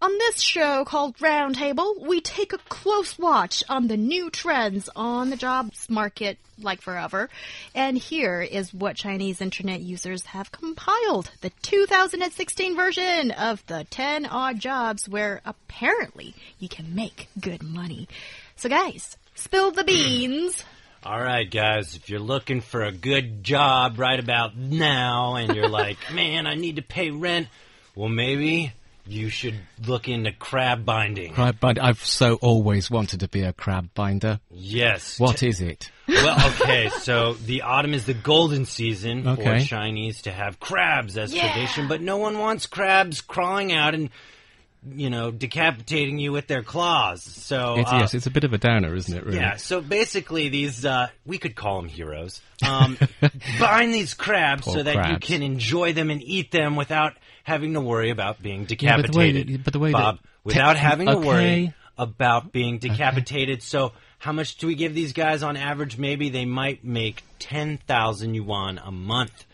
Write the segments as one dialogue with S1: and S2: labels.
S1: On this show called Roundtable, we take a close watch on the new trends on the jobs market like forever. And here is what Chinese internet users have compiled the 2016 version of the 10 odd jobs where apparently you can make good money. So, guys, spill the beans.
S2: All right, guys, if you're looking for a good job right about now and you're like, man, I need to pay rent, well, maybe you should look into crab binding.
S3: Crab binder. I've so always wanted to be a crab binder.
S2: Yes.
S3: What is it?
S2: Well, okay, so the autumn is the golden season
S3: Okay.
S2: for Chinese to have crabs as
S1: Yeah.
S2: tradition, but no one wants crabs crawling out and, you know, decapitating you with their claws. So,
S3: It's,
S2: uh,
S3: yes, it's a bit of a downer, isn't it? Really.
S2: Yeah, so basically, these uh, we could call them heroes. Um, bind these crabs
S3: Poor
S2: so that you
S3: crabs.
S2: can enjoy them and eat them without having to worry about being
S3: Yeah, but the way-
S2: decapitated.
S3: but the way that-
S2: Bob, without
S3: Te-
S2: having to worry
S3: okay.
S2: about being decapitated. So, how much do we give these guys on average? Maybe they might make ten thousand yuan a month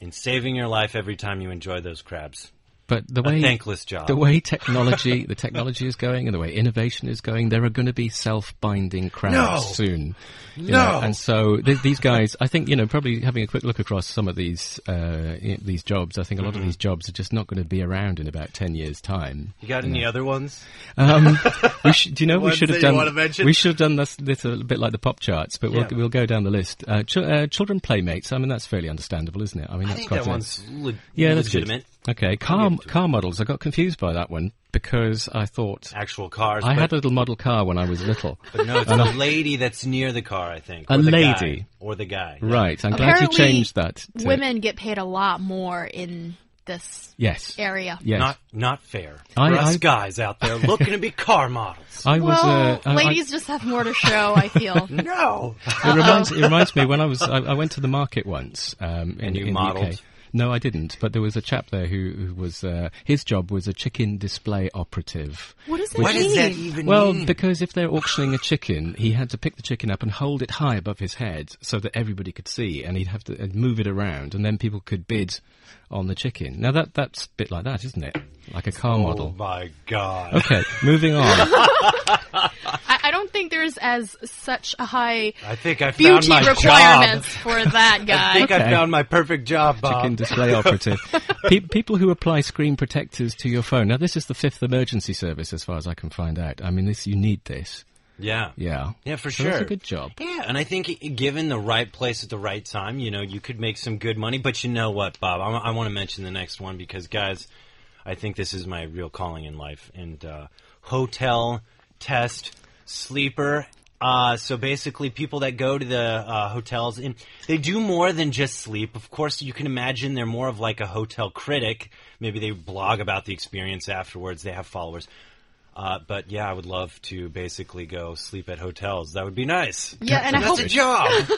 S2: in saving your life every time you enjoy those crabs.
S3: But the way
S2: thankless job.
S3: the way technology, the technology is going, and the way innovation is going, there are going to be self-binding crabs
S2: No.
S3: soon. you
S2: No.
S3: know, and so th- these guys, I think, you know, probably having a quick look across some of these uh, i- these jobs, I think a
S2: Mm-hmm.
S3: lot of these jobs are just not going to be around in about ten years' time.
S2: You got any other ones?
S3: Um, we sh- do you know we
S2: Ones
S3: should
S2: that
S3: have
S2: you wanna
S3: done?
S2: mention?
S3: We should have done this, this a bit like the pop charts, but we'll,
S2: Yeah.
S3: we'll go down the list. Uh, ch- uh, children playmates. I mean, that's fairly understandable, isn't it? I mean,
S2: I
S3: that's
S2: think
S3: quite
S2: that
S3: a-
S2: one's le-
S3: yeah, that's good.
S2: legitimate.
S3: Okay, car
S2: give it to
S3: car models. I got confused by that one because I thought
S2: Actual cars.
S3: I
S2: but-
S3: had a little model car when I was little.
S2: But no, it's a lady that's near the car, I think.
S3: A
S2: or the
S3: lady.
S2: Guy, or the guy.
S3: right, I'm glad
S1: Apparently,
S3: you changed that. to-
S1: Women get paid a lot more in this
S3: Yes.
S1: area.
S3: Yes.
S2: Not not fair.
S3: I-
S2: For us
S3: I-
S2: guys out there looking to be car models.
S3: I was.
S1: Well,
S3: uh, I- I-
S1: ladies just have more to show, I feel.
S2: No.
S3: It reminds, it reminds me when I was I, I went to the market once. Um, in,
S2: you
S3: in The
S2: modelled?
S3: UK. No, I didn't. But there was a chap there who, who was uh, his job was a chicken display operative.
S1: What does that
S2: What
S1: mean?
S2: does that even
S3: Well,
S2: mean?
S3: because if they're auctioning a chicken, he had to pick the chicken up and hold it high above his head so that everybody could see, and he'd have to uh, move it around, and then people could bid on the chicken. Now that that's a bit like that, isn't it? Like a car
S2: Oh
S3: model.
S2: my god.
S3: Okay, moving on.
S1: I, I don't think there's as such a high
S2: I think I found
S1: beauty
S2: my
S1: requirements
S2: job.
S1: for that
S2: I
S1: guy.
S2: think I
S3: Okay.
S2: found my perfect job,
S1: Uh,
S2: Bob.
S3: Chicken display operative. Pe- people who apply screen protectors to your phone. Now this is the fifth emergency service, as far as I can find out. I mean, this you need this.
S2: Yeah.
S3: Yeah.
S2: Yeah, for
S3: So
S2: sure.
S3: That's a good job.
S2: Yeah, and I think i- given the right place at the right time, you know, you could make some good money. But you know what, Bob? I, want to mention the next one because, guys, I think this is my real calling in life. And uh, hotel test sleeper. Uh, so basically, people that go to the uh, hotels and they do more than just sleep. Of course, you can imagine they're more of like a hotel critic. Maybe they blog about the experience afterwards. They have followers. Uh, but yeah, I would love to basically go sleep at hotels. That would be nice.
S1: Yeah, and I
S2: That's
S1: hope
S2: a job.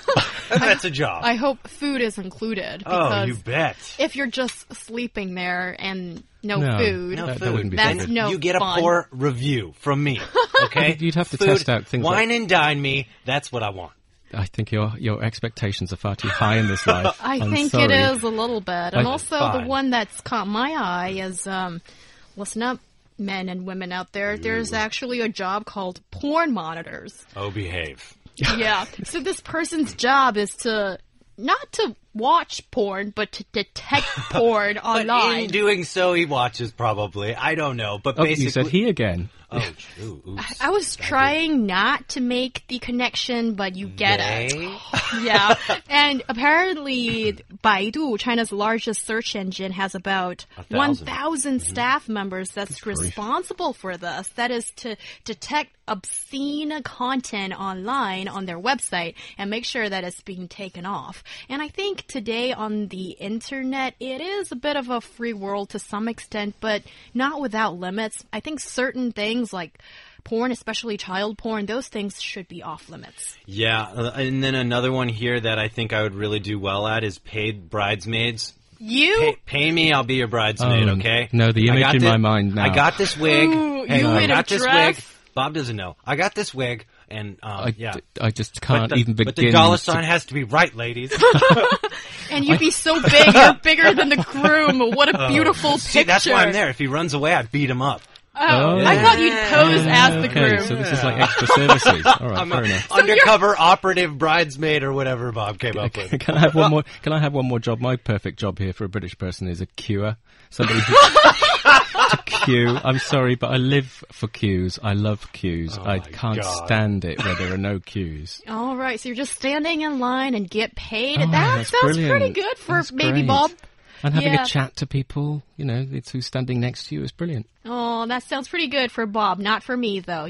S2: That's a job.
S1: I hope food is included
S2: oh,
S1: because
S2: you bet.
S1: if you're just sleeping there and no,
S3: No.
S1: food,
S3: No That- that
S2: food.
S3: wouldn't be
S1: That's good. no
S2: You get a
S1: fun.
S2: poor review from me. Okay,
S3: You'd have to
S2: Food,
S3: test out things
S2: Wine and dine me. That's what I want.
S3: I think your your expectations are far too high in this life.
S1: I
S3: I'm
S1: think
S3: sorry.
S1: it is a little bit. And
S3: Like,
S1: also
S2: fine.
S1: the one that's caught my eye is um, listen up, men and women out there. There's actually a job called porn monitors.
S2: Oh, behave.
S1: yeah. So this person's job is to not to watch porn, but to detect porn
S2: But
S1: online.
S2: in doing so, he watches probably. I don't know, but
S3: Oh,
S2: basically,
S3: you said he again.
S2: Oh, ooh, oops.
S1: I was trying not to make the connection, but you get it.
S2: They-
S1: yeah. And apparently, Baidu, China's largest search engine, has about
S2: thousand.
S1: 1,000 staff members that's responsible for this. That is to detect obscene content online on their website and make sure that it's being taken off. And I think today on the internet, it is a bit of a free world to some extent, but not without limits. I think certain things like porn, especially child porn, those things should be off limits.
S2: Yeah, uh, and then another one here that I think I would really do well at is paid bridesmaids.
S1: You?
S2: Pay, pay me, I'll be your bridesmaid.
S3: Oh,
S2: okay?
S3: no, the
S2: I
S3: image
S2: got
S3: in
S2: thi-
S3: my mind now.
S2: I got this wig.
S1: Ooh,
S2: Hang
S1: you
S2: on, I
S1: in a
S2: got this
S1: dress?
S2: wig. Bob doesn't know. I got this wig, and um,
S3: I,
S2: yeah.
S3: I just
S2: But
S3: can't
S2: the,
S3: even begin.
S2: but the dollar
S3: to-
S2: sign has to be right, ladies.
S1: And you'd be so big, you're bigger than the groom. What
S3: Oh.
S1: a beautiful picture.
S2: See, that's why I'm there. If he runs away, I beat him up.
S1: Oh,
S3: Oh.
S1: I thought you'd pose as the
S3: okay,
S1: groom.
S3: so this is like extra services. All right,
S2: I'm
S3: fair
S2: an
S3: enough.
S2: undercover operative bridesmaid or whatever Bob came up with.
S3: Can I have one more? Can I have one more job? My perfect job here for a British person is a queue. Somebody who to queue. I'm sorry, but I live for queues. I love queues. I
S2: Oh my
S3: can't
S2: God.
S3: stand it where there are no queues.
S1: All right, so you're just standing in line and get paid.
S3: Oh,
S1: that
S3: that's
S1: sounds pretty
S3: brilliant.
S1: good for
S3: That's
S1: baby
S3: great.
S1: Bob.
S3: And having
S1: Yeah.
S3: a chat to people, you know, it's who's standing next to you is brilliant.
S1: Oh, that sounds pretty good for Bob. Not for me though.